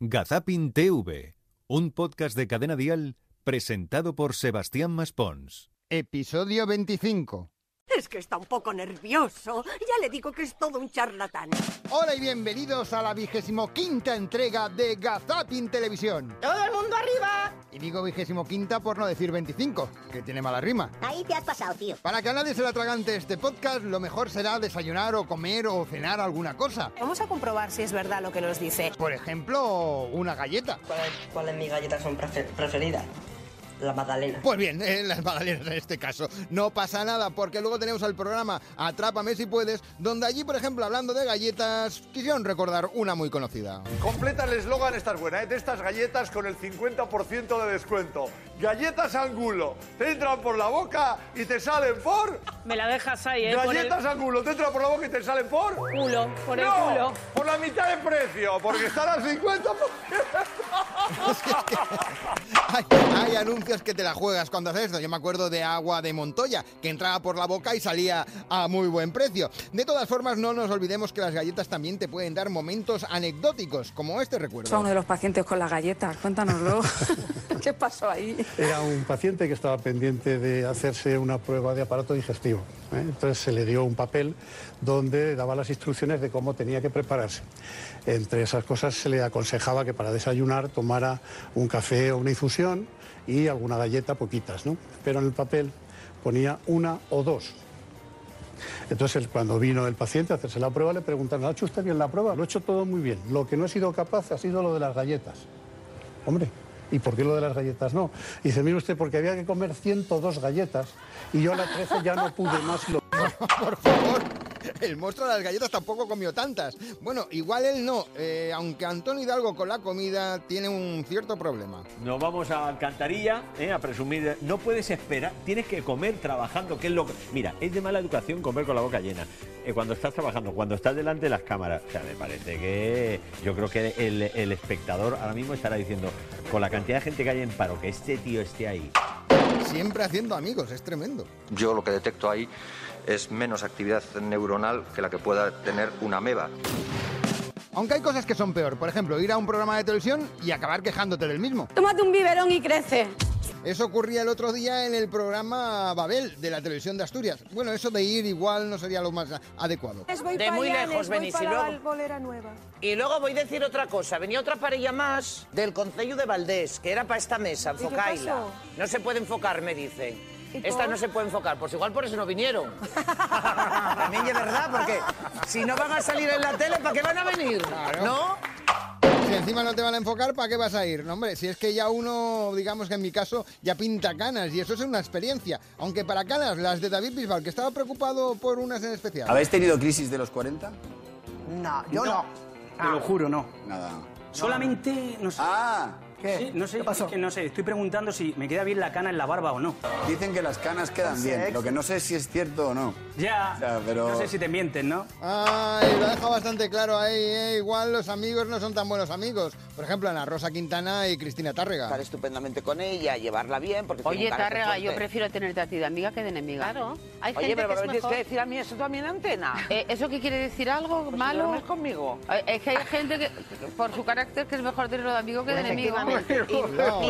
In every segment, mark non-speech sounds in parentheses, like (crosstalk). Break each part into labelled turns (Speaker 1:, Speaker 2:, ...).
Speaker 1: Gazapin TV, un podcast de cadena dial presentado por Sebastián Maspons.
Speaker 2: Episodio 25.
Speaker 3: Es que está un poco nervioso. Ya le digo que es todo un charlatán.
Speaker 2: Hola y bienvenidos a la vigésimo quinta entrega de Gazapin Televisión.
Speaker 4: ¡Todo el mundo arriba!
Speaker 2: Y digo vigésimo quinta por no decir 25, que tiene mala rima.
Speaker 4: Ahí te has pasado, tío.
Speaker 2: Para que a nadie se le atragante este podcast, lo mejor será desayunar o comer o cenar alguna cosa.
Speaker 5: Vamos a comprobar si es verdad lo que nos dice.
Speaker 2: Por ejemplo, una galleta.
Speaker 6: ¿Cuáles cuál es mis galletas son prefe- preferidas? La magdalena.
Speaker 2: Pues bien, eh, las magdalenas en este caso. No pasa nada, porque luego tenemos el programa Atrápame si puedes, donde allí, por ejemplo, hablando de galletas, quisieron recordar una muy conocida.
Speaker 7: Completa el eslogan, estás buena, ¿eh? de estas galletas con el 50% de descuento. Galletas angulo, te entran por la boca y te salen por...
Speaker 8: Me la dejas ahí, ¿eh? Por el
Speaker 7: Galletas angulo, te entran por la boca y te salen por...
Speaker 8: culo, por el
Speaker 7: ¡No!
Speaker 8: culo.
Speaker 7: Por la mitad de precio, porque están al 50%.
Speaker 2: hay, hay anuncios que te la juegas cuando haces esto. Yo me acuerdo de agua de Montoya, que entraba por la boca y salía a muy buen precio. De todas formas, no nos olvidemos que las galletas también te pueden dar momentos anecdóticos, como este recuerdo.
Speaker 9: Son uno de los pacientes con las galletas. Cuéntanoslo. (laughs) ¿Qué pasó ahí?
Speaker 10: Era un paciente que estaba pendiente de hacerse una prueba de aparato digestivo. ¿eh? Entonces se le dio un papel donde daba las instrucciones de cómo tenía que prepararse. Entre esas cosas se le aconsejaba que para desayunar tomara un café o una infusión y alguna galleta, poquitas, ¿no? Pero en el papel ponía una o dos. Entonces, cuando vino el paciente a hacerse la prueba, le preguntaron, ¿ha hecho usted bien la prueba? Lo he hecho todo muy bien. Lo que no he sido capaz ha sido lo de las galletas. Hombre, ¿y por qué lo de las galletas no? Y dice, mire usted, porque había que comer 102 galletas y yo a las 13 ya no pude más. Lo...
Speaker 2: Por favor. El monstruo de las galletas tampoco comió tantas. Bueno, igual él no, eh, aunque Antonio Hidalgo con la comida tiene un cierto problema.
Speaker 11: Nos vamos a Alcantarilla ¿eh? a presumir. No puedes esperar, tienes que comer trabajando, que es lo que- Mira, es de mala educación comer con la boca llena. Eh, cuando estás trabajando, cuando estás delante de las cámaras. O sea, me parece que. Yo creo que el, el espectador ahora mismo estará diciendo, con la cantidad de gente que hay en paro, que este tío esté ahí.
Speaker 2: Siempre haciendo amigos, es tremendo.
Speaker 12: Yo lo que detecto ahí es menos actividad neuronal que la que pueda tener una ameba.
Speaker 2: Aunque hay cosas que son peor, por ejemplo, ir a un programa de televisión y acabar quejándote del mismo.
Speaker 5: Tómate un biberón y crece.
Speaker 2: Eso ocurría el otro día en el programa Babel de la televisión de Asturias. Bueno, eso de ir igual no sería lo más a- adecuado.
Speaker 9: Pues
Speaker 8: De muy lejos venís y luego.
Speaker 9: nueva.
Speaker 4: Y luego voy a decir otra cosa. Venía otra parella más del Concello de Valdés, que era para esta mesa,
Speaker 9: qué
Speaker 4: enfocaila.
Speaker 9: pasó?
Speaker 4: No se puede enfocar, me dicen.
Speaker 9: ¿Y por?
Speaker 4: Esta no se puede enfocar, pues igual por eso
Speaker 9: (laughs)
Speaker 4: no vinieron. También es verdad, porque si no van a salir en la tele, ¿para qué van a venir?
Speaker 2: Claro.
Speaker 4: ¿No?
Speaker 2: Si encima no te van a enfocar, ¿para qué vas a ir? No, hombre, si es que ya uno, digamos que en mi caso, ya pinta canas y eso es una experiencia. Aunque para canas, las de David Bisbal, que estaba preocupado por unas en especial.
Speaker 10: tenido crisis de los 40?
Speaker 4: No, yo no.
Speaker 8: Te lo juro, no.
Speaker 10: Nada.
Speaker 8: Solamente, no sé.
Speaker 10: Ah,
Speaker 4: ¿Qué?
Speaker 8: Sí, no sé, es que no sé, estoy preguntando si me queda bien la cana en la barba o no.
Speaker 10: dicen que las canas quedan bien, lo que no sé si es cierto o no.
Speaker 8: Ya,
Speaker 10: Ya, pero-
Speaker 8: no sé si te mienten, ¿no?
Speaker 2: Ay, lo deja bastante claro ahí, ¿eh? Igual los amigos no son tan buenos amigos. Por ejemplo, Ana Rosa Quintana y Cristina Tárrega.
Speaker 4: estupendamente con ella, llevarla bien, porque
Speaker 5: Oye, Tárrega, yo prefiero tenerte a ti de amiga que de enemiga. Claro. Hay gente que es mejor.
Speaker 4: decir a mí eso también antena.
Speaker 5: Eh, ¿Eso qué quiere decir algo malo?
Speaker 4: conmigo.
Speaker 5: Eh, Es que hay gente que, por su carácter, que es mejor tenerlo de amigo que de enemigo.
Speaker 7: y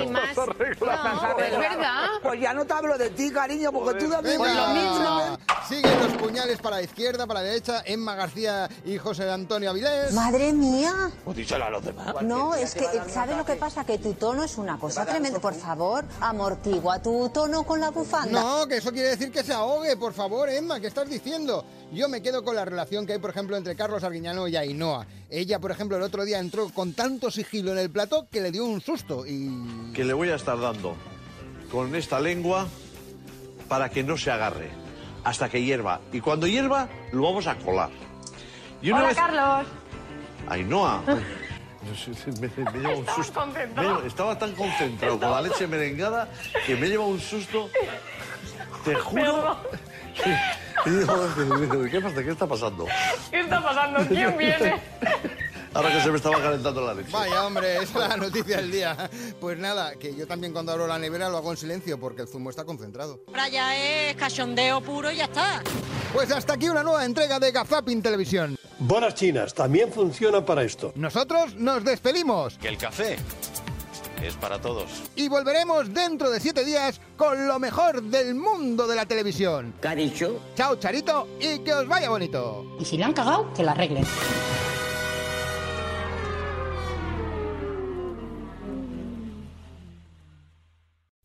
Speaker 9: más-
Speaker 5: No, es verdad.
Speaker 4: Pues ya no te hablo de ti, cariño, porque tú también...
Speaker 2: Venga,
Speaker 5: Pues lo mismo.
Speaker 2: Siguen los puñales para la izquierda, para la derecha, Emma García y José Antonio Avilés.
Speaker 13: Madre mía,
Speaker 7: a los demás.
Speaker 13: no, es que, ¿sabes lo que pasa? Que tu tono es una cosa tremenda. Por favor, amortigua tu tono con la bufanda.
Speaker 2: No, que eso quiere decir que se ahogue, por favor, Emma, ¿qué estás diciendo? Yo me quedo con la relación que hay, por ejemplo, entre Carlos Arguiñano y Ainhoa. Ella, por ejemplo, el otro día entró con tanto sigilo en el plató que le dio un susto y...
Speaker 7: Que le voy a estar dando con esta lengua para que no se agarre, hasta que hierva. Y cuando hierva, lo vamos a colar. Y una vez...
Speaker 9: Carlos.
Speaker 8: (laughs)
Speaker 7: Ainhoa. Me, me lleva un susto. Me lleva- estaba tan concentrado con la leche merengada que me lleva un susto. Te juro. que- y digo, ¿Qué pasa? ¿Qué está pasando?
Speaker 8: ¿Qué está pasando?
Speaker 7: (laughs)
Speaker 8: ¿Quién viene?
Speaker 7: Ahora que se me estaba calentando la leche.
Speaker 2: Vaya, hombre, es la noticia del día. Pues nada, que yo también cuando abro la nevera lo hago en silencio porque el zumo está concentrado.
Speaker 13: Ahora ya es cachondeo puro y ya está.
Speaker 2: Pues hasta aquí una nueva entrega de Gazapin Televisión.
Speaker 14: Bolas chinas también funciona para esto.
Speaker 2: Nosotros nos despedimos
Speaker 15: Que el café es para todos.
Speaker 2: y volveremos dentro de siete días con lo mejor del mundo de la televisión. ¿Qué Chao, Charito, y que os vaya bonito.
Speaker 13: Y si la han cagado, que la arreglen.